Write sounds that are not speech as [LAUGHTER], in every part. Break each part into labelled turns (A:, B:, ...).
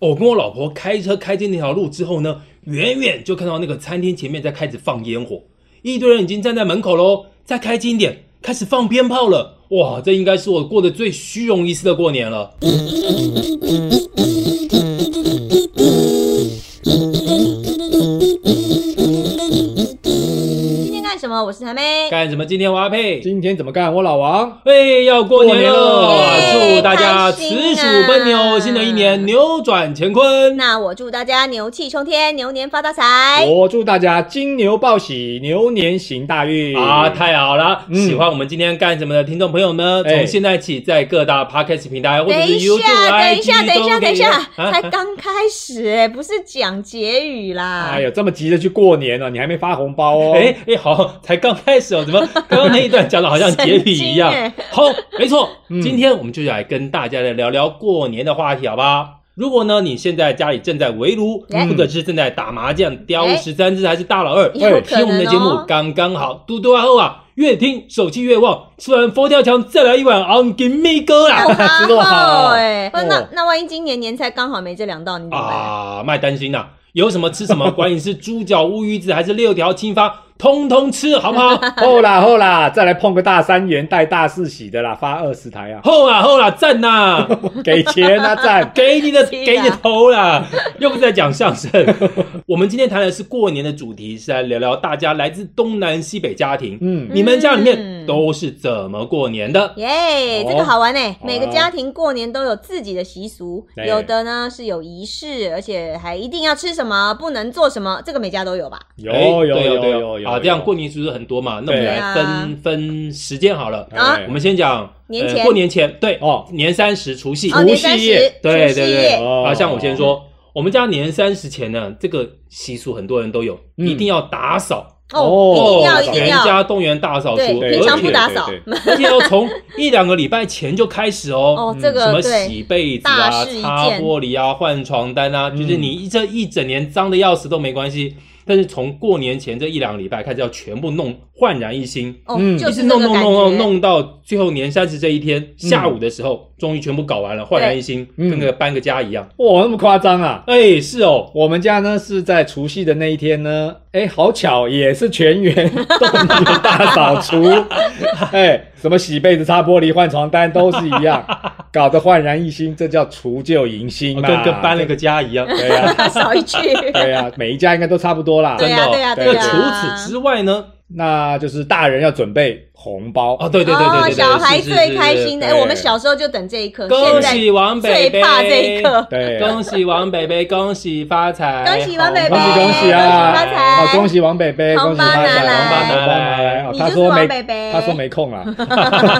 A: 我哦跟我老婆开车开进那条路之后呢，远远就看到那个餐厅前面在开始放烟火，一堆人已经站在门口喽。再开近一点，开始放鞭炮了。哇，这应该是我过的最虚荣一次的过年了。
B: 今天干什么？我是台妹。
A: 干什么？今天我要配。
C: 今天怎么干？我老王，
A: 哎，要过年
C: 过
A: 了，
B: 年了
A: 祝大家
B: 耶开心
A: 此
B: 啊
A: 鼠奔牛，新的一年扭转乾坤。
B: 那我祝大家牛气冲天，牛年发大财。
C: 我祝大家金牛报喜，牛年行大
B: 嗯
C: 运
A: 啊，太好了！
C: 嗯
A: 喜欢我们今天干什么的听众朋友呢？
C: 哎
A: 从现在起，在各大 podcast 平台或者
B: 等
A: 是
B: 一
A: YouTube、
B: 下，等一
A: IG
B: 下，等一
A: 都
B: 下，
A: 可
B: 等一
A: 以
B: 下，
A: 啊
B: 才刚开始哎，不是讲结语啦
C: 哎。呦，这么急着去过年啊了，你还没发红包哦？
A: 哎哎，好，才刚开始哦，
B: [LAUGHS]
A: 怎么刚刚那一段讲的好像结语一样
B: 神经耶？
A: 好，没错，
C: 嗯
A: 今天我们就来跟大家来聊聊过年的话题，好吧？如果呢，你现在家里正在围炉，
B: 哎
A: 或者是正在打麻将、雕
B: 哎
A: 十三只还是大老二，哎
B: 有可
A: 听我们的
B: 能
A: 节目
B: 哦
A: 刚刚好，嘟嘟啊后啊，越听手气越旺，吃完佛跳墙再来一碗昂金米哥
B: 好
A: 啦！
B: 吧
C: 知道啊
B: 哎，不是那
C: 哦
B: 那万一今年年菜刚好没这两道，你怎么办？
A: 啊，卖担心呐、有什么吃什么，管你是猪脚乌鱼子还是六条青发，通通吃，好不
B: [LAUGHS]
A: 好？，
C: 后啦后啦，再来碰个大三元，带大四喜的啦，发二十台啊
A: [LAUGHS] 后啊后啦，赞呐、。
C: 给钱啊赞
A: [LAUGHS] 给你的，
B: 是啊
A: 给你的头啦！ [LAUGHS] 又不是在讲相声。我们今天谈的是过年的主题，是来聊聊大家来自东南西北家庭，
C: 嗯，
A: 你们家里面
B: 嗯
A: 都是怎么过年的？
B: 耶、
C: 哦
B: 这个好玩呢、
C: 啊
B: 每个家庭过年都有自己的习俗，
C: 对
B: 有的呢是有仪式，而且还一定要吃什么，不能做什么，这个每家都有吧？
C: 有
A: 哎
C: 有
A: 对哦
C: 有
A: 对哦
C: 有有
A: 啊！这样过年是不是很多嘛？那我们
C: 对
A: 来
B: 啊
A: 分分时间好了。
C: 哎
B: 啊
A: 我们先讲
B: 年
A: 呃
B: 前
A: 过年前对
C: 哦
A: 年三十除夕
B: 哦，
C: 除
B: 年
C: 夕
B: 三十
C: 夜，
A: 对
B: 除
A: 对
B: 夕
A: 对
B: 夜，
C: 哦
A: 啊，像我先说，我们家年三十前呢，这个习俗很多人都有，
C: 嗯
A: 一定要打扫，
B: 哦，一定要
C: 哦
B: 一定
A: 全
B: 要，
A: 家动员大扫除，
B: 对，
C: 对
B: 平常不打
C: 对
B: 扫，
C: 对
A: 而且要从一两个礼拜前就开始哦。
B: [LAUGHS] 哦，这
A: 什么
B: 个对，
A: 洗被子
B: 大
A: 啊、
B: 事一件
A: 擦玻璃啊、换床单啊，就是
C: 嗯
A: 你这一整年脏的要死都没关系，但是从过年前这一两个礼拜开始要全部弄焕然一新，
B: 哦，
C: 嗯
B: 就
A: 一直
B: 是那
A: 弄
B: 个
A: 弄
B: 感
A: 弄弄
B: 觉，
A: 弄到最后年三十这一天下午的时候，终于全部搞完了，焕然一新，
C: 嗯
A: 跟个搬个家一样。
C: 哇，那么夸张啊！
A: 哎，是哦，
C: 我们家呢是在除夕的那一天呢，哎，好巧，也是全员 [LAUGHS] 动员大扫除，哎，什么洗被子、擦玻璃、换床单都是一
A: [LAUGHS]
C: 样，搞得焕然一新，这叫除旧迎新
A: 跟
C: 嘛，
A: 哦跟搬了个家一样。
C: 对呀、
B: [LAUGHS] 少
A: [LAUGHS]
B: 一句，
C: 对呀、每一家应该都差不多啦。
B: 对
A: 真的
B: 呀
A: 哦
B: 对呀啊
C: 对
B: 对
A: 那
B: 呀。
A: 除此之外呢？
C: 那就是大人要准备红包
A: 哦，对对对对对
B: 哦，
A: 对，
B: 小孩
A: 是是
B: 最
A: 是
B: 开
A: 是
B: 心的，
C: 对
B: 哎，我们小时候就等这一刻，
A: 恭
B: 现在
A: 喜王北
B: 最
A: 北，
B: 怕这一刻。
C: 对，
A: 恭喜王北北，恭喜发财，
B: 恭喜王北北
C: 恭喜恭喜
B: 恭
C: 啊！
B: 喜发财
C: 哦，恭喜王北北，恭
B: 红
C: 喜
B: 包
C: 发
B: 拿
C: 财，
B: 来
C: 红包拿来。哦
B: 你
C: 他
B: 就是
C: 说
B: 王
C: 没
B: 北北
C: 他说没空
B: [LAUGHS]
C: 啦。 [LAUGHS]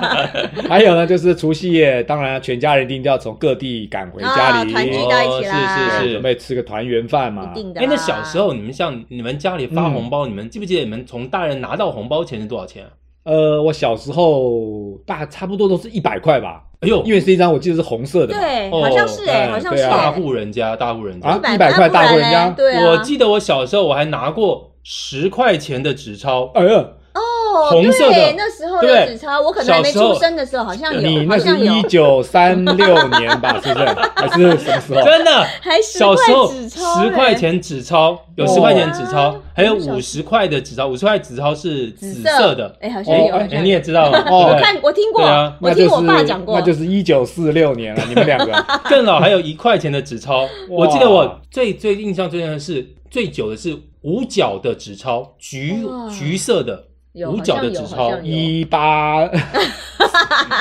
C: 还有呢，就是除夕夜，当然啊全家人一定要从各地赶回家
B: 啊
C: 里，
B: 团聚
A: 哦
B: 到一起啦，
A: 是是是
C: 准备吃个团圆饭嘛
B: 一。定的
A: 哎
B: 啦。，
A: 那小时候你们像你们家里发红包，你们记不记得你们从大人拿到红包钱是多少钱啊？
C: 呃，我小时候大差不多都是一百块吧，
A: 哎呦
C: 因，为是一张我记得是红色的嘛。
B: 对，
A: 哦
B: 好像是哎，
C: 哎
B: 好像
C: 对
B: 是
C: 啊
A: 大
B: 哎
A: 户人家，大户人家
C: 啊。
B: 100
C: 100块大户人
B: 不然嘞
C: 家
B: 对啊，
A: 我记得我小时候我还拿过十块钱的纸钞，
C: 哎呀，
B: 哦，
A: 红色的
B: 对那时候
A: 对
B: 的纸钞，我可能还没
A: 小时候
B: 出生的时候，好像
C: 你
B: 有，好
C: 那是
B: 像有
C: 一，九三六年
B: [LAUGHS]
C: 吧，是不是？还是什么时候？
A: 真的。
B: 还啊十
A: 小
B: 块
A: 时候
B: 纸钞嘞，哎
A: 十块钱纸钞，有十块钱纸钞
B: 哇，
A: 还有
B: 我小
A: 五十块的纸钞，五十块纸钞是紫
B: 紫
A: 色的。
B: 哎，好像有，
C: 哦
B: 好
A: 哎，
B: 像
A: 你
B: 有。
A: 也知道
C: 哦
B: 我
A: 对
B: 看我听过
A: 对啊，
B: 我
C: 那
B: 听
C: 就
B: 我
C: 是
B: 爸讲过
C: 那，就是一九四六年了，你们两个。
A: 更老还有一块钱的纸钞。
C: [LAUGHS]
A: 我记得我最最印象最深的是最久的是五角的纸钞，橘
B: 哇
A: 橘色的
B: 有
A: 五
B: 好
A: 角
B: 像
A: 的
B: 有
A: 纸钞，
B: 好 [LAUGHS] 像有
C: 一八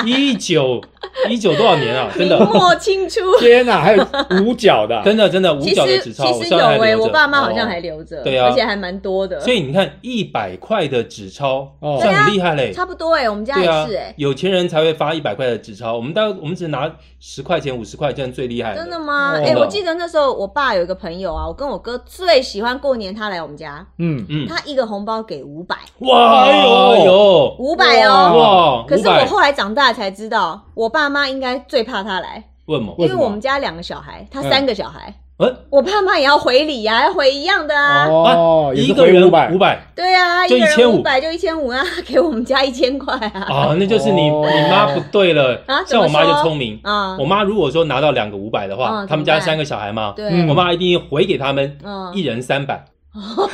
A: 一九一九多少年啊？真
B: 明
A: 的
B: 末清初。
C: 天哪，还有五角的啊，
A: 真的真的五
B: 其
A: 角的
B: 实
A: 纸
B: 其
A: 钞，我
B: 实
A: 现
B: 有
A: 在还
B: 哎，
A: 留
B: 我
A: 着。
B: 爸妈好像
C: 哦
B: 还留着，
A: 对啊
B: 而且还蛮多的。
A: 所以你看，一百块的纸钞
C: 哦
A: 算很厉害嘞。
B: 差不多哎，我们家
A: 对
B: 也
A: 啊
B: 是哎，，
A: 有钱人才会发一百块的纸钞，我们大我们只拿十块钱、五十块，这样最厉害。
B: 真的吗？
C: 哦
B: 哎，我记得那时候我爸有一个朋友啊，我跟我哥最喜欢过年他来我们家，
C: 嗯，
A: 嗯，
B: 他一个红包给五百，
A: 哇，哎呦哎呦，
B: 五百
A: 哇，
B: 哦，可是
A: 500
B: 我后来长大才知道，我爸妈应该最怕他来，
A: 问嘛，
C: 为
B: 因
C: 什
B: 为
C: 么
B: 我们家两个小孩，他三个小孩，
A: 嗯，
B: 我爸妈也要回礼呀、要回一样的啊。
C: 哦，也
A: 一
C: 是
A: 个
C: 回
A: 人
C: 五百
A: 五，百
B: 对啊，
A: 就
B: 一个人
A: 1500
B: 五百就一千五啊， [LAUGHS] 给我们家一千块啊。
A: 啊，那就是你
C: 哦
A: 你妈不对了
B: 啊。怎
A: 像
B: 么
A: 我妈就
B: 说
A: 聪明，
B: 啊
A: 我，妈如果说拿到两个五百的话，
B: 嗯
A: 他们
B: 怎么
A: 家
B: 办
A: 三个小孩嘛，
B: 对，
C: 嗯
A: 我妈一定回给他们
B: 嗯
A: 一人三百，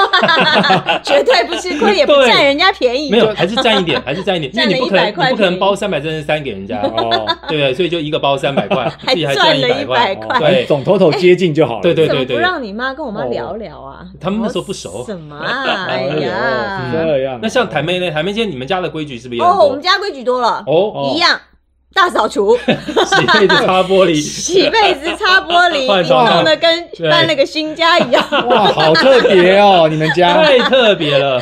B: [LAUGHS] 绝对不吃亏，也不
A: 对
B: 占人家便宜。
A: 没有还是占一点，还是占一点，因
B: 嗯 [LAUGHS] 占
A: 为
B: 了
A: 你不可能
B: 100块
A: 你不可能
B: 便宜
A: 包三百三十三给人
B: [LAUGHS]
A: 家，
C: 哦，
A: 对不对？所以就一个包三百块，自己还
B: 赚
A: 赚
B: 了
A: 100
B: 100
A: 块，
B: 块
A: 对，
C: 总 total 接近就好了。
A: 对对
B: 怎么不让你妈跟我妈聊聊啊？
A: 他们那时候不熟嗯
B: 什么啊？哎
C: 哎呦
B: 呀，
C: 这样。
A: 那像台妹呢？台妹现在你们家的规矩是不是也很
B: 哦，我们
A: 多？
B: 家规矩多了，
A: 哦，
B: 一样大
A: [LAUGHS]
B: 扫除，
A: 洗被子、擦玻
B: [LAUGHS]
A: 璃，
B: 洗被子、擦
A: [LAUGHS]
B: 玻璃
A: 换，
B: 你
A: 床
B: 弄得跟
A: 对
B: 搬了个新家一样，
C: 哇，好特别
A: [LAUGHS]
C: 哦，你们家
A: 太特别了。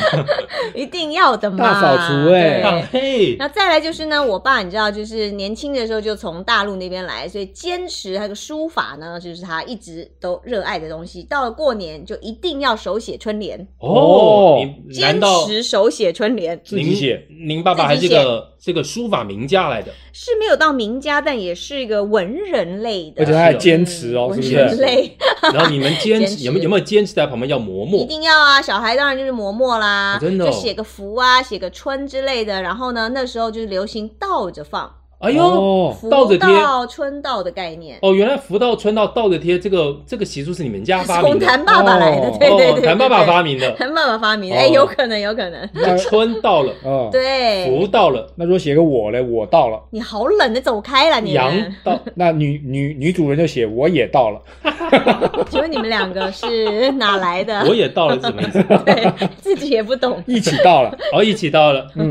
B: 一定要的嘛。
C: 大扫除哎
B: 对
A: 大 [LAUGHS] 妹，
B: 那再来就是呢，我爸你知道，就是年轻的时候就从大陆那边来，所以坚持那个书法呢，就是他一直都热爱的东西。到了过年就一定要手写春联，
A: 哦
C: 哦，
A: 你难
B: 坚
A: 道
B: 持手写春联
C: 自己写，
A: 您爸爸还是个是个书法名家
B: [LAUGHS]
A: 来的，
B: 是没有到名家，但也是一个文人类的，
C: 而且他还坚持哦
B: 嗯
C: 是不是
B: 文人类 [LAUGHS]
A: 然后你们坚
B: 坚
A: 持
B: 持
A: 有没有有没有坚持在旁边要磨
B: 一
A: 墨？
B: 定要啊，小孩当然就是磨墨啦，
A: 哦真的哦
B: 就写个福啊，写个春之类的。然后呢，那时候就是流行倒着放，
A: 哎呦，
C: 哦
B: 福
A: 倒着贴
B: 到春到的概念。
A: 哦，原来福到春到倒着贴这个这个习俗是你们家发
B: 从
A: 明的，
B: 谭爸爸来的，
C: 哦
B: 对对对
A: 哦，谭爸爸发明
B: 明
A: 的，
B: 谭爸爸发明的，
C: 哦
B: 哎、有可能，有可能，
C: 那
A: 春到了，
C: 哦，
A: 福
B: 对，
A: 到了，
C: 那如果写个我嘞，我到了，
B: 你好冷的，走开了，你
A: 羊
B: 们，
A: 到，
C: 那女女女主人就写我也到了，
B: [LAUGHS] 请问你们两个是哪来的？
A: 我也到了是什么意
B: [LAUGHS]
A: 思？
B: 对自己也不懂，
C: 一起
B: [LAUGHS]
C: 到了，
A: 哦，一起到了，嗯，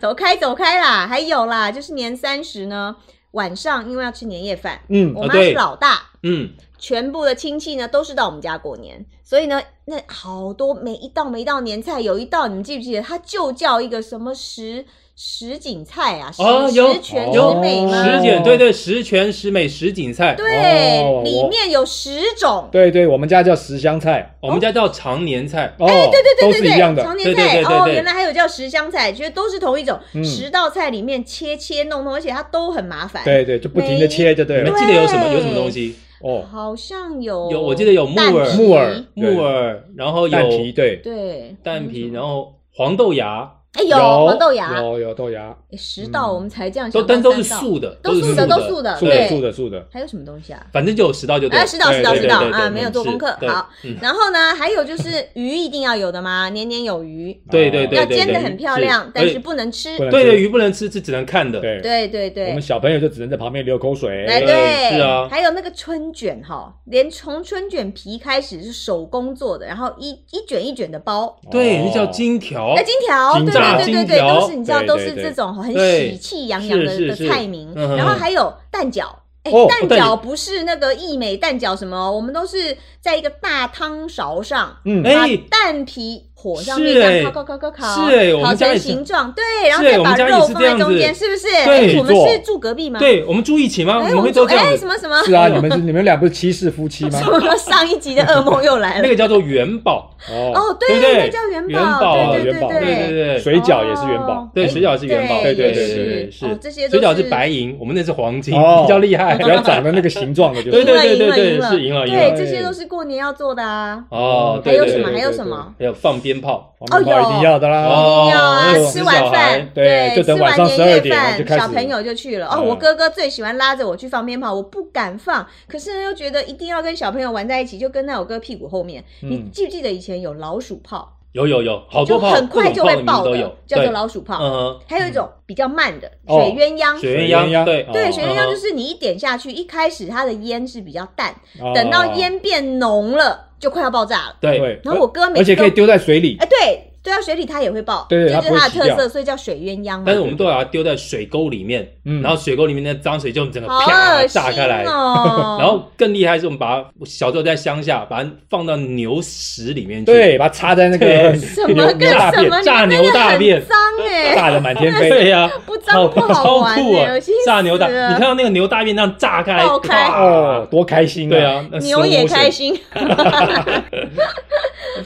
B: 走开，走开啦！还有啦，就是年三十呢，晚上因为要吃年夜饭，
C: 嗯
B: 我妈
A: 对
B: 是老大，
A: 嗯，
B: 全部的亲戚呢都是到我们家过年，所以呢，那好多每一道每一道年菜，有一道你们记不记得，它就叫一个什么十十锦菜啊，十、
A: 哦有哦
B: 十全
C: 有
B: 十美吗？
A: 十简对对，十全十美十锦菜，
B: 嗯对，
C: 哦
B: 里
C: 我
B: 面有十种，
C: 对对，我们家叫十香菜，
A: 我们家叫常年菜，
C: 哦，
B: 哎对对
C: 都
B: 对对
C: 是
B: 对，
C: 一样的，
B: 常年
A: 对
B: 菜
A: 对对对
B: 哦，
A: 对
B: 原来还有叫十香菜，其实都是同一种，
C: 嗯
B: 十道菜里面切切弄弄，而且它都很麻烦。，
C: 对对，就不停的切就对
A: 你
C: 了
A: 们，记得有什么有什么东西？
C: 哦，
B: 好像有
A: 有我记得有木
B: 蛋
A: 耳
B: 皮
C: 木耳对
A: 木耳，然后
C: 蛋
A: 有
C: 皮对，
B: 对
A: 蛋皮，然
B: 后
A: 后黄豆芽，
B: 哎有黄豆芽，
C: 有有豆芽，
B: 哎十道我们才这样想
A: 嗯都
B: 到嗯
A: 但
B: 三道，
A: 都是素的，
B: 都
A: 是
B: 素
A: 的，
B: 的都素的
C: 素
A: 对
C: 的
B: 对
C: 素的素的，
B: 还有什么东西啊？
A: 反正就有十道就对了。
B: 哎，十道
C: 对
B: 十道
A: 对
B: 十
A: 对
B: 道
A: 对
B: 啊，
A: 对
B: 没有做功课。
A: 是
B: 好，
A: 对嗯
B: 然后呢，还有就是鱼一定要有的嘛，年年有余，
A: 对对对
C: 啊
B: 要煎的很漂亮
A: 是，
B: 但
A: 哎
B: 是不能吃
C: 不。能
A: 对
C: 吃
A: 的，鱼不能吃，是只能看的。
C: 对，
B: 嗯对对
C: 我
B: 对
C: 们，小朋友就只能在旁边流口水，
B: 哎
A: 对
B: 对，
A: 是啊
B: 还有那个春卷哈，连从春卷皮开始是手工做的，然后一一卷一卷的包。
A: 对，
C: 哦
A: 那叫 [LAUGHS] 金条
B: 哎，。金条，对
C: 金条
B: 对对对
A: 金
B: 对，
A: 条
B: 都是你知道，
C: 对对
B: 都是
C: 对
B: 这种很
A: 对
B: 喜气洋洋的
A: 是
B: 的
A: 是
B: 菜名。
A: 嗯哼
B: 然后还有蛋饺，哎
C: 哦，
B: 蛋
A: 蛋
B: 饺
A: 饺
B: 不是那个意美蛋饺什么哦，我们都是在一个大汤勺上，
C: 嗯，
A: 哎
B: 把蛋皮火上面
A: 是
B: 这样
A: 哎
B: 烤烤烤烤烤，
A: 是哎我
B: 烤
A: 们家
B: 成
A: 也是
B: 形状，对，然后
A: 是哎
B: 再
A: 我们
B: 把
A: 家也
B: 肉
A: 是这
B: 放在
A: 样
B: 中
A: 子
B: 间，是不是？
A: 对
B: 哎我们
C: 做
B: 是住隔壁吗？，
A: 对，我们住一起吗？
B: 哎，
A: 们
B: 我
A: 会
B: 们
A: 都
B: 住
A: 这样
B: 哎
A: 子
B: 什。么什么
C: 是啊，你们是你们俩不是七世夫妻
A: [LAUGHS]
C: 吗？
B: 什么 [LAUGHS] 上一集的噩梦又来
A: 啊那
B: 了
A: 个。叫做元宝，
C: 哦，
B: 哦，
A: 对
B: 对，
A: 不对
B: 那叫元
A: 元宝啊
B: 宝，对
C: 元宝
A: 对对
B: 对。
A: 对。
C: 水饺也是元宝
B: 哦，
A: 对，
B: 哎
A: 水饺是元宝，
B: 对
A: 对
C: 对
A: 对对，
B: 是哦这些都
A: 水饺是
B: 是
A: 白银，我们那是黄金，
C: 哦
A: 比较厉害
C: 只。要长得那个形状的，就
A: 对
C: 是
A: 对对
B: 赢了，赢了，
A: 对
B: 赢了，
A: 是赢了赢了
B: 对，这些都是过年要做的啊。
A: 哦，
B: 还
A: 对
B: 有
A: 对
B: 什么？
A: 对，
B: 还有
C: 对
B: 什么？
A: 还有放鞭炮，
C: 黄面包一定要的啦，
A: 哦
B: 要啊
A: 那种，
B: 吃完
A: 小孩
B: 饭，
C: 对就等
B: 吃完
C: 晚上
B: 年夜
C: 12点
B: 饭
C: 就开始
B: 小朋友就去了。哦，
C: 嗯
B: 我哥哥最喜欢拉着我去放鞭炮，我不敢放，可是呢又觉得一定要跟小朋友玩在一起，就跟在我哥屁股后面。
C: 嗯
B: 你记不记得以前有老鼠炮，
A: 有有有，好
B: 就
A: 哦多炮，
B: 很快
A: 各
B: 就
A: 种炮
B: 会
A: 的名字
B: 爆
A: 都
B: 的
A: 有，，
B: 叫做
A: 对
B: 老鼠炮。
A: 嗯，
B: 还有一种比较慢的水
C: 哦
B: 鸳鸯。
A: 水
C: 鸳
A: 鸯
C: 鸯
A: 对
C: 哦
B: 对，水鸳
A: 嗯
B: 鸯就是你一点下去，一开始它的烟是比较淡，
C: 哦
B: 等到烟变浓了，就快要爆炸了。
A: 对，
C: 对，
B: 然后我哥每
C: 而
B: 次
C: 且
B: 都
C: 可以丢在水里
B: 哎，对，丢到水里它也会爆，
C: 对
B: 这
C: 它
B: 就是
C: 不会
B: 它的
C: 洗
B: 特
C: 掉
B: 色，所以叫水鸳鸯嘛。
A: 但是我们都把它丢在水沟里面，
C: 嗯
A: 然后水沟里面的脏水就整个
B: 好
A: 啪
B: 恶心
A: 炸开来。
B: 哦。
A: 然后更厉害是我们把它小时候在乡下把它放到牛屎里面去，
C: 对，把它插在那个
B: 什么
C: 牛
B: 跟
C: 牛大
B: 什
C: 便，
B: 么
A: 炸
B: 你
A: 牛
B: 们真的
A: 大
B: 很
A: 便
B: 脏哎、
C: 炸的满天飞。
A: 对呀、
B: 不啊脏不好玩
A: 超酷
B: 哎、
A: 啊
B: 恶心！死
A: 炸牛大，
B: 了
A: 你看到那个牛大便那样炸开，
B: 爆开
A: 哇
C: 哦，，多开心啊！
A: 对啊，那
B: 牛也开心，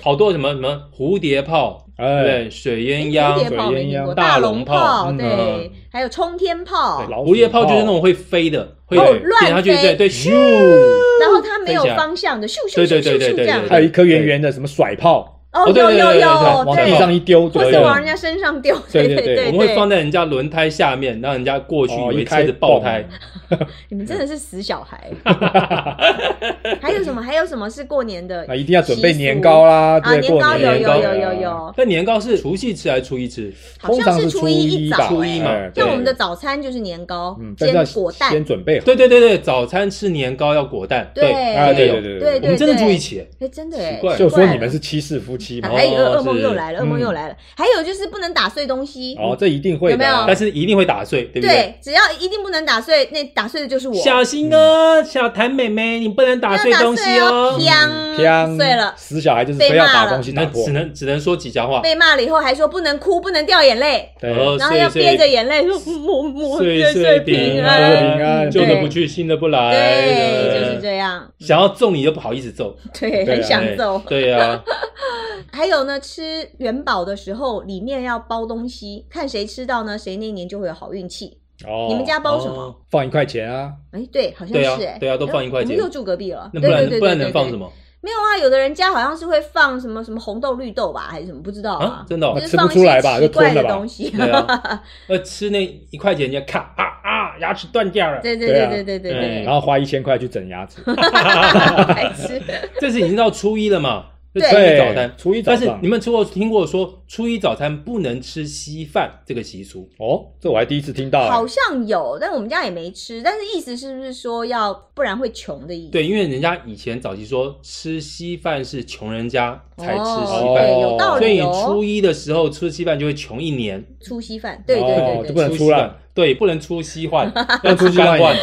A: 好多什么什么蝴蝶炮，对不
C: 哎，
A: 对，水鸳
B: 蝴蝶
A: 鸯，
B: 炮没听过，
C: 鸳鸯
B: 大
A: 大
B: 龙
A: 龙
B: 炮
A: 炮
B: 对，还有冲天炮
C: 对，老鼠
A: 蝴蝶炮就是那种会飞的，会
B: 哦
A: 点下去，
B: 乱
A: 对
B: 飞
A: 对，咻，
B: 然后它没有
A: 分享
B: 方向的，咻咻
A: 对
B: 咻
A: 对
B: 咻
A: 对对
B: 咻
A: 对
B: 这样
A: 对。
C: 还有一颗圆圆的什么甩炮，
B: 哦，
A: 哦对
B: 有
A: 对
B: 有
A: 对对对
B: 有，
C: 往
B: 对
C: 地上一丢，
B: 或
C: 对
B: 是
A: 对
B: 往人家身上丢，
C: 对
B: 对
C: 对对
A: 我们会放在人家轮胎下面，让人家过去
C: 哦
A: 以
C: 一
A: 为
C: 开
A: 车子爆胎
C: 蹦。
B: 你们真的是死小孩。还有什么？还有什么是过年的？
C: 那一定要准备年糕啦，
B: 啊，
C: 哎对，
B: 年
C: 过
B: 糕有
C: 年
B: 有
A: 糕
B: 有有
C: 对啊
B: 有，
A: 那年糕是除夕吃还是初一吃？
B: 好
C: 通
B: 像
C: 常
B: 是
C: 是
B: 初
C: 初
B: 一一
C: 一
B: 早
C: 吧，
A: 初一嘛
C: 哎
B: 像
A: 对
B: 我们的早餐就是年糕
C: 嗯，，但是
B: 煎
C: 要
B: 果蛋
C: 先，准备好，
A: 对对对对，早餐吃年糕要果蛋。
B: 对
C: 啊，对
A: 对
C: 对
B: 对对
C: 对
A: 我们真的住一起，
B: 哎，真的
A: 奇
B: 哎，
A: 怪
C: 就
B: 奇
C: 说
B: 怪
C: 你们是七世夫妻
B: 啊
C: 嘛，
B: 哎，
A: 哦
B: 噩噩梦
A: 是
B: 又来了，噩梦又来了。还有就是不能打碎东西，
C: 哦，这一定会的啊，
A: 但是一定会打碎，对不对？
B: 对，只要一定不能打碎，那打碎的就是我。
A: 小心哦，小谭妹妹，你不能打碎东西
B: 不
A: 哦
B: 能。
C: 嗯
B: 砰碎了
C: 死小孩就是非要
B: 被骂了
C: 把东西
A: 只
C: 打
A: 能
C: 破
A: 只，能只能说吉祥话。
B: 被骂了以后还说不能哭，不能掉眼泪，
C: 对，
A: 哦
B: 然后要
A: 碎
B: 憋
A: 碎
B: 着眼泪说 [LAUGHS] 我我
A: 岁
B: 岁
A: 岁
B: 平
A: 平
C: 安
B: 安。
C: 平安
A: 旧的
B: 对
A: 不去，新的不来。
B: 对，
A: 对
B: 就是这样，
A: 想要揍你又不好意思揍，
B: 对，
C: 对啊
B: 很想
A: 哎
B: 揍。
A: 对呀，
B: 还有呢，吃元宝的时候，里面要包东西，看谁吃到呢，谁那年就会有好运气。
C: 哦，
B: 你们家包什么？
A: 哦？
C: 放一块钱啊，
B: 哎，对，好像
A: 对啊
B: 是哎，
A: 对啊都
B: 哎
A: 放一块
B: 我们
A: 钱
B: 又住隔壁了，
A: 那不然
B: 对对对
A: 不然
B: 对
A: 能
B: 对
A: 放
B: 对
A: 什么
B: 没有啊，有的人家好像是会放什么什么红豆、绿豆吧，还是什么，不知道
A: 啊？真的哦
B: 就，是
C: 吃不
B: 放一
C: 出来
B: 些
C: 吧
B: 奇
C: 就吞
B: 怪的
C: 了吧
B: 东西。
A: 对啊，呃，吃那一块钱就咔啊啊，牙齿断掉了。
B: [LAUGHS] 对对
C: 对啊
B: 对对对对
A: 嗯
B: 对，
C: 然后花一千块去整牙齿，
A: 哎
B: 白痴。
A: 这是已经到初一了嘛？就
B: 对
A: 初一早餐。
C: 初一早
A: 但是
C: 上
A: 你，们听过听过说初一早餐不能吃稀饭这个习俗？
C: 哦，这我还第一次听到，
B: 好
C: 哎
B: 像有，但我们家也没吃。但是意思是不是说要不然会穷的意思？
A: 对，因为人家以前早期说吃稀饭是穷人家
B: 哦，
A: 才吃稀
C: 哦
A: 饭，
B: 对，有道
A: 所以
B: 理
A: 你初
B: 哦。
A: 一的时候吃稀饭就会穷一年。
B: 粗稀饭，对对
C: 哦
B: 对
C: 就
B: 对
C: 不
B: 对。
C: 能
A: 出
C: 出
A: 稀
C: 烂
A: 饭，对，不能出稀饭，
C: [LAUGHS] 要出稀
A: 干
C: 饭
A: 饭。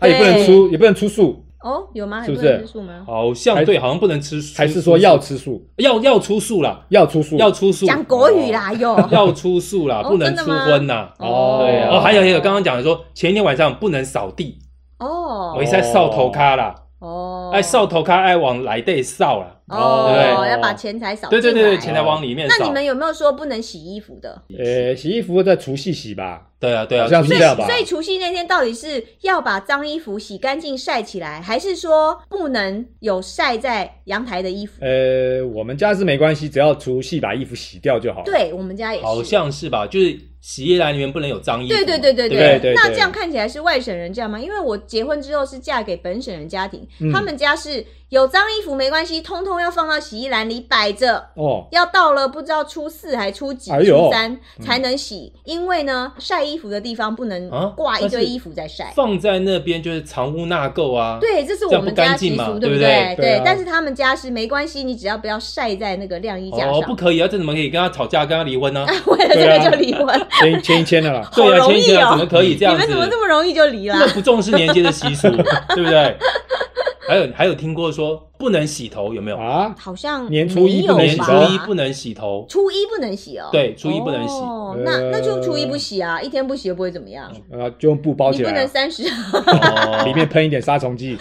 C: 他也不能出，也不能出素，
B: 哦，有吗？还
C: 是不
B: 不能
C: 是
B: 吃素吗？
A: 好像
C: 还
A: 对，好像不能吃素，
C: 还是说要吃素，
A: 要要出素啦，
C: 要出素，
A: 要出素，
B: 讲国语啦，有。
A: 要出素啦，
B: 哦
A: 不能
B: 真的
A: 出
B: 吗
A: 荤呐。
C: 哦
A: 对啊，
C: 哦
A: 哦，还有还有，刚刚讲的说前一天晚上不能扫地，我
B: 哦
A: 一下扫头咖啦，
B: 哦，
A: 爱扫头咖，爱往来地扫啦。
B: 哦，
A: 对哎不对
B: 要把钱财扫
A: 对对
B: 进
A: 对对，
B: 来哦
A: 钱财往里面
B: 那你
A: 扫。
B: 们有没有说不能洗衣服的？
C: 呃，洗衣服在除夕洗吧，
A: 对啊对啊，
C: 好像
A: 就是
B: 所以
C: 这样吧
B: 所以除夕那天到底是要把脏衣服洗干净晒起来，还是说不能有晒在阳台的衣服？
C: 呃，我们家是没关系，只要除夕把衣服洗掉就好。，
B: 对我们家也是，
A: 好像是吧？就是洗衣篮里面不能有脏衣服嘛。
B: 对对对对
A: 对不
C: 对对
B: 那这样看起来是外省人这样吗？因为我结婚之后是嫁给本省人家庭，
C: 嗯
B: 他们家是有脏衣服没关系，通通要放到洗衣篮里摆着。
C: 哦，
B: 要到了不知道初四还初几、
C: 哎呦
B: 初三才能洗，因为呢晒衣服的地方不能
A: 啊
B: 挂一
A: 但
B: 堆
A: 是
B: 衣服在晒。
A: 放在那边就是藏污纳垢啊。
B: 对，这是
A: 这
B: 我
A: 样
B: 们
A: 不
B: 家
A: 干净
B: 习
A: 嘛
B: 俗，
A: 对
B: 不
A: 不
B: 对？
A: 对
C: 对啊
B: 但是他们家是没关系，你只要不要晒在那个晾衣架
A: 哦，不
B: 上。
A: 可以啊！这怎么可以跟他吵架，跟他离婚
B: [LAUGHS]
A: 呢？。
B: 为了这
C: 对
B: 个
C: 啊
B: 就离婚，
C: 签签一签的啦
A: 对啊，
B: 好容
A: 前
B: 易
A: 一天
B: 哦
A: 啊怎么可以这
B: 你
A: 样子？
B: 们怎么这么容易啊就离
A: [LAUGHS]
B: 啦
A: 真？的不重视年节的习
B: [LAUGHS]
A: 俗，对不对？还有还有听过说不能洗头，有没
B: 哦
A: 有？
C: 啊，
B: 好像
C: 年初一
B: 没有
C: 不能
A: 年
C: 洗
A: 初
B: 吧
C: 头
A: 一不能洗头，
B: 初一不能洗哦。
A: 对初一不能洗
B: 哦，
C: 呃
B: 那那就初一不洗啊，一天不洗又不会怎么样。
C: 呃，就用布包
B: 你
C: 起
B: 不能
C: 来，
A: [LAUGHS]
B: 三十，
A: 哦
C: 里面喷一点杀虫剂。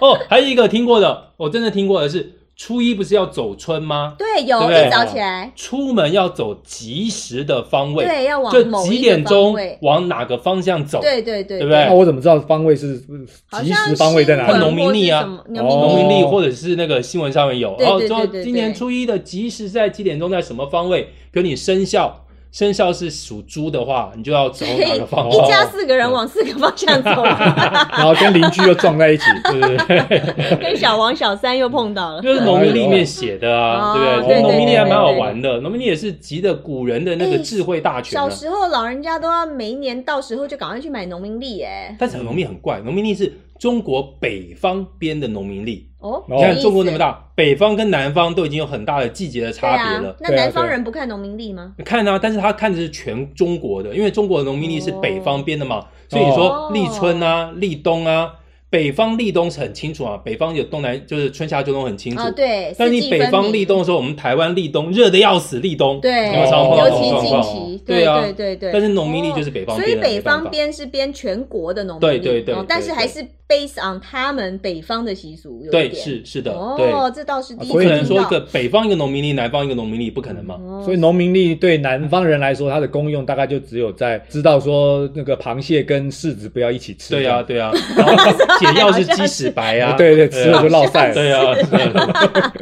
A: 哦，还有一个听过的，我真的听过的是初一不是要走春吗？
B: 对，有
A: 对不对
B: 一早起来，
A: 出门要走及时的方位，
B: 对，要往
A: 就
B: 某
A: 几
B: 一个
A: 点
B: 方
A: 钟
B: 位
A: 往哪个方向走？
B: 对对对
A: 对不对
C: 那我怎么知道方位是
B: 好
C: 及
B: 像
C: 时方位在哪
A: 看
B: 新
C: 里？
A: 农
B: 闻
A: 民
B: 或是
A: 历啊
B: 什么
C: 哦
B: 农
A: 农
B: 民历
A: 民历或者是那个新闻上面有，
B: 对
A: 然后
B: 对
A: 说
B: 对对
A: 今年
B: 对
A: 初一的吉时在几点钟在什么方位？比如你生肖，生肖是属猪的话，你就要走
B: 所
A: [LAUGHS] 哪
B: 以
A: 个方
C: 哦
A: 位？
B: [LAUGHS] 一家四个人往四个方向走，
C: [LAUGHS]
A: [LAUGHS]
C: 然后跟邻居又
B: [LAUGHS]
C: 撞在一起，
A: 哦
C: 对不对？
B: 跟小王、小三又
A: [LAUGHS]
B: 碰到了。
A: 就是农民历里面写的啊，
B: 哎呦
A: 对不
C: 哦
A: 对？
C: 对
A: 农民历还
C: 对对
A: 蛮好玩的，农民历也是集的古人的那
B: 哎
A: 个智慧大全啊
B: 小。时候老人家都要每一年到时候就赶快去买农民历哎。
A: 但是农民历很怪，农民历是中国北方边的农民历。
B: 哦，
C: 你
A: 你
B: 什
A: 看
B: 意
A: 中国
B: 思
A: 那么，大，北方跟南方都已经有很大的季节的
B: 对
A: 差别
B: 啊
A: 了。，
B: 那
C: 对啊
B: 南方
C: 对啊
B: 人不看农民历吗？
A: 看啊，但是他看的是全中国的，因为中国的农民历是北方编的嘛，所以你
B: 哦
A: 说立春啊、立冬啊，北方立冬是很清楚啊，北方有冬南就是春夏秋冬很清楚。
B: 啊，对，
A: 但
B: 四
A: 你
B: 季
A: 北
B: 分
A: 方
B: 明
A: 立冬的时候，我们台湾立冬热的要死，立冬
B: 对，
A: 你们常碰到
B: 尤
A: 这种
B: 其
A: 状
B: 近
A: 况
B: 期，
A: 对啊
B: 对对对。
A: 但是农民历就是北方
B: 哦所
A: 编
B: 以
A: 的，
B: 北
A: 没办
B: 方
A: 法
B: 编是编全国的农民历，
A: 对对对
B: 哦
A: 对
B: 但是
A: 对
B: 还是 based on 他们北方的习俗，有一
A: 对
B: 点
A: 是是的，对，
B: 哦，这倒是第一
A: 不
C: 所
A: 可
B: 次
C: 以
A: 能
B: 听
A: 说一
B: 到。
A: 个北方一个农民历，南方一个农民历，不可能嘛？
B: 哦
C: 所以农民历对南方人来说，它的功用大概就只有在知道说那个螃蟹跟柿子不要一起吃。
A: 对
C: 呀、
A: 啊，对啊，然后解解药是鸡屎白啊，
C: [LAUGHS] 对对，吃了
B: [LAUGHS]
C: 就落晒了，
A: 对啊，对啊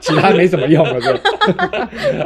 C: 其他没什么用了，
B: [LAUGHS]
C: 对。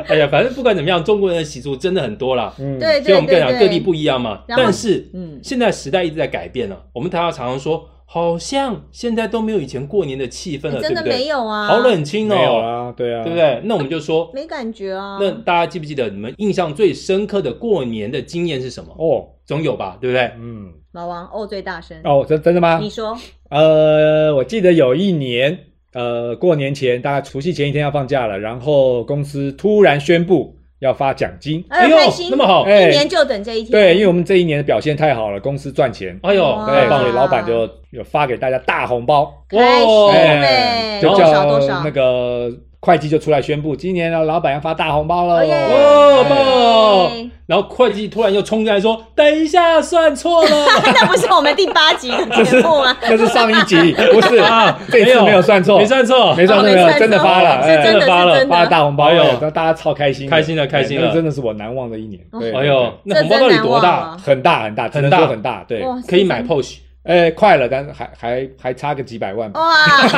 A: 哎呀，反正不管怎么样，中国人的习俗真的很多啦。
C: 嗯，
B: 对
A: 所以我
B: 对
A: 们跟你讲，
B: 对
A: 各
B: 对，
A: 地不一样嘛。
B: 然后
A: 但是
B: 嗯，
A: 现在时代一直在改变了、我们台湾常常说，好像现在都没有以前过年的气氛了，
B: 真
A: 对
B: 的
A: 不
B: 没
A: 对？
B: 有啊，
A: 好冷清
C: 没有
A: 哦、
C: 啊，对啊，
A: 对不？对？那我们就说，
B: 没感觉啊。
A: 那大家记不记得你们印象最深刻的过年的经验是什么？
C: 哦，
A: 总有吧，对不对？
C: 嗯，
B: 老王哦最大声，
C: 哦，真真的
A: 啊
C: 吗
B: 你？说
C: 呃，我记得有一年，呃，过年前大概除夕前一天要放假了，然后公司突然宣布要发奖金，
B: 哎呦开心
A: 那么好，
C: 哎
B: 一年就等这一天，
C: 对，因为我们这一年的表现太好了，公司赚钱，
B: 哦
A: 哎呦，
B: 哇
C: 对，
A: 哎
C: 帮你老板就有发给大家大红包，
B: 开
A: 哦
B: 心
C: 哎
B: 呗，
C: 就
B: 哦多
C: 叫
B: 少多少
C: 那个会计就出来宣布，今年呢，老板要发大红包喽，
B: 哦耶
A: 哦棒
C: 哎
A: 哦然后会计突然又冲进来说：“等一下，算错了。
B: 那不是我们第八集的节目啊
A: [LAUGHS]
B: 吗？
C: 那是上一
B: [LAUGHS]
C: 集，不是
A: 啊
C: 这次
A: 没有
C: 没有算”错，
A: 没算错，
C: 没算错，
B: 哦
C: 没有
B: 没算错
C: 真的发了，
B: 是
C: 哎
B: 真的
A: 哎发了
B: 是真
C: 发了
B: 的。
C: 大红包，
A: 哎呦
C: 哎大大家超开心的，
A: 开心了开心了
C: 哎那个真的是我难忘的一年。对，
A: 哎呦，那红
B: 这
A: 包到
B: 真
A: 底
B: 难
A: 多
B: 忘
A: 大？
B: 了
C: 对，很大很大，只能
A: 大
C: 说很大，对，
B: 啊哇
A: 可以买
B: 这
A: POS
C: 哎，快了，但是还还还差个几百
B: 哦
C: 万吧。
B: 哇，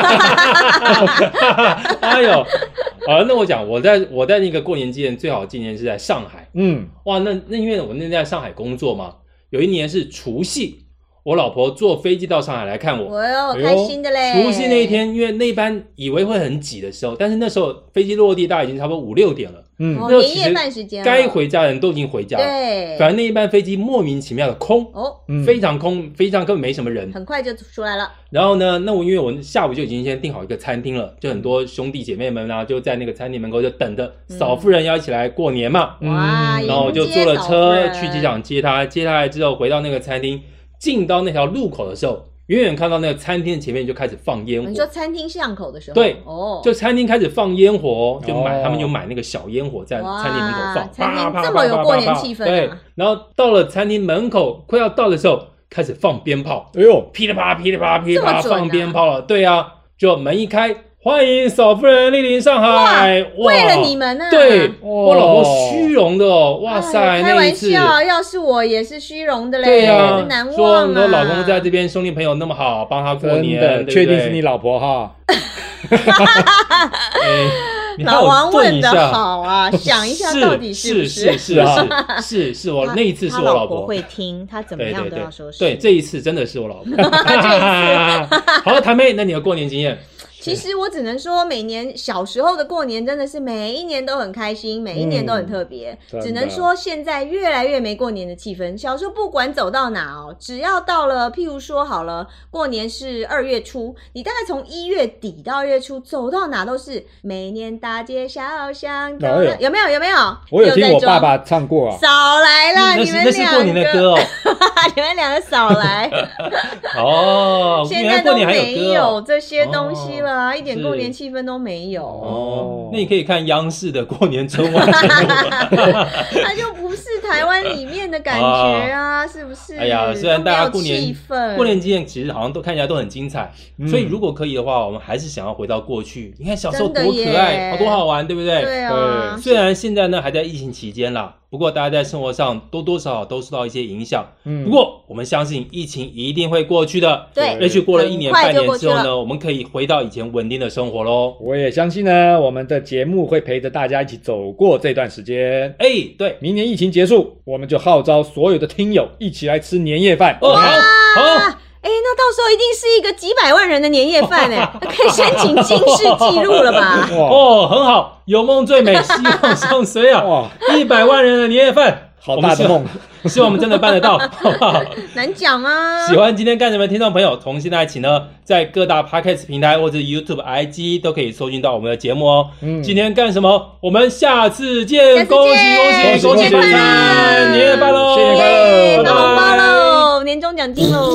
B: [LAUGHS]
A: 哎呦， [LAUGHS] 啊，那我讲，我在我在那个过年纪念最好的纪念是在上海。
C: 嗯，
A: 哇，那那因为我那天在上海工作嘛，有一年是除夕，我老婆坐飞机到上海来看我。
B: 我哟
C: 哎呦
B: 开心的嘞！
A: 除夕那一，天，因为那班以为会很挤的时候，但是那时候飞机落地大概已经差不多五六点了，
C: 嗯
B: 哦，
A: 那
B: 年
A: 其实
B: 夜饭时间了，
A: 该回家的人都已经回家了。
B: 对，
A: 反正那一班飞机莫名其妙的空，
B: 哦，
C: 嗯
A: 非常空，飞机上根本没什么人。
B: 很快就出来了，
A: 然后呢，那我因为我下午就已经先订好一个餐厅了，就很多兄弟姐妹们啊，就在那个餐厅门口就等着
B: 嗯
A: 嫂夫人要一起来过年嘛。
C: 嗯
B: 哇！
A: 然后我就
B: 迎接
A: 坐了车
B: 早晨
A: 去机，场接她，接她来之后回到那个餐厅，进到那条路口的时候，远远看到那个餐厅前面就开始放烟
B: 你说
A: 火，
B: 餐厅巷口的时候，
A: 对
B: 哦，
A: 就餐厅开始放烟火，就买、
C: 哦
A: 他们就买那个小烟火在
B: 哇
A: 餐厅门口放，
B: 餐厅
A: 啪啪
B: 这么有
A: 啪啪
B: 过年
A: 啪啪
B: 气氛啊
A: 对，然后到了餐厅门口快要到的时候，开始放鞭炮。
C: 哎呦，
A: 噼里啪啦噼里啪啦噼里啪啦
B: 这么准啊
A: 放鞭炮了，对呀、就门一开，欢迎嫂夫人莅临上海，哇
B: 为了你们呢，
A: 对，
C: 哇
A: 我老婆虚荣的哦，哇塞，
B: 哎开
A: 那一
B: 玩
A: 次，
B: 笑，要是我也是虚荣的嘞，
A: 对呀、
B: 真难
A: 说
B: 忘啊！
A: 你的老公在这边，兄弟朋友那么好，帮他过
C: 真
A: 年，
C: 的，
A: 对不对
C: 确定是你，老婆哈？
A: 哎你
B: 老王问
A: 的
B: 的
A: [LAUGHS]
B: 好啊，想一下到底
A: 是
B: 不
A: 是
B: 是？
A: 是是是是我
B: 他
A: 那一次是
B: 他
A: 我
B: 老
A: 婆，
B: 会听，他怎么
A: 对
B: 样
A: 对
B: 都
A: 对
B: 要说，是。
A: 对这一次真的是我老婆。好，谭妹，那你的过年经验？
B: 其实我只能说，每年小时候的过年真的是每一年都很开心，每一年都
A: 嗯
B: 很特别。
C: 真的
B: 只能说现在越来越没过年的气氛。小时候不管走到哪哦，只要到了，譬如说好了，过年是二月初，你大概从一月底到二月初，走到哪都是每年大街小巷都、
C: 哪有
B: 有没有？有没有？
C: 我有听
B: 在
C: 我
B: 装
C: 爸爸唱过啊。
B: [LAUGHS] 少来啦！
A: 嗯那
B: 你
A: 是
B: 们
A: 那是
B: 两
A: 过年的歌
B: 个，
A: 哦。
B: [LAUGHS] 你们两个少来。
A: 哦，
B: 现
A: 原来
B: 在
A: 过
B: 都
A: 年还
B: 没
A: 歌
B: 有
A: 哦。
B: 这些东西了啊，一点
A: 是
B: 过年气氛都没有。
A: 哦，那你可以看央视的过年春
B: [LAUGHS]
A: 晚节目。
B: 它就不是台湾里面的
A: [LAUGHS]
B: 感觉啊，是不是？
A: 哎呀虽然大家
B: 都没有气氛，
A: 过年经验其实好像都看起来都很精彩，
C: 嗯
A: 所以如果可以的话，我们还是想要回到过去。你看小时候
B: 真的
A: 多可爱，
B: 耶
A: 好多好玩，对不对？
B: 对啊，
A: 虽然现在呢还在疫情期间啦，不过大家在生活上多多少少都受到一些影响。
C: 嗯
A: 不过我们相信疫情一定会过去的。
B: 对
A: 也许过了一年
B: 很
A: 半
B: 快就
A: 年
B: 过去
A: 之后
B: 了
A: 呢，我们可以回到以前稳定的生活喽。
C: 我也相信呢，我们的节目会陪着大家一起走过这段时间。
A: 哎，对，
C: 明年疫情结束，我们就号召所有的听友一起来吃年夜饭。
A: 哦，好，好。
B: 啊，哎，那到时候一定是一个几百万人的年夜
A: [LAUGHS]
B: 饭哎，可以申请近视记录了吧？
C: 哇
A: 哦，很好，有梦最美，希望相随啊！
C: 哇，
A: 一百万人的年夜饭，
C: 好大的
A: 我
C: 梦
A: 们！ [LAUGHS] 希望，希望我们真的办得到， [LAUGHS] 好不好？
B: 难讲啊。
A: 喜欢今天干什么的听众朋友，从现在起呢，在各大 podcast 平台或者 YouTube、IG 都可以搜寻到我们的节目哦。
C: 嗯
A: 今天干什么？我们下次见！
B: 下次见
A: 恭喜恭喜
C: 恭
A: 恭
C: 喜
A: 喜
C: 恭
A: 发
C: 喜
A: 财，年夜饭喽！
C: 新年快乐
B: 耶
A: 拜拜
B: 发红包喽，年终奖金喽。